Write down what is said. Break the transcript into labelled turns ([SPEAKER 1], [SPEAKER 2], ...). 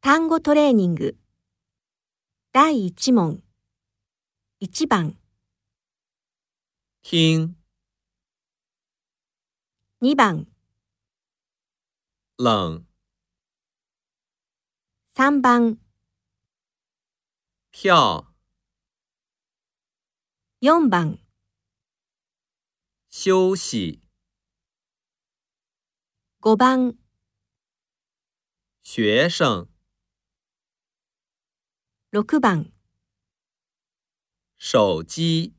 [SPEAKER 1] 単語トレーニング。第1問。1番、
[SPEAKER 2] 听、
[SPEAKER 1] 2番、
[SPEAKER 2] 冷、
[SPEAKER 1] 3番、
[SPEAKER 2] 票、
[SPEAKER 1] 4番、
[SPEAKER 2] 休息、
[SPEAKER 1] 5番、
[SPEAKER 2] 学生、
[SPEAKER 1] 6番。
[SPEAKER 2] 手机。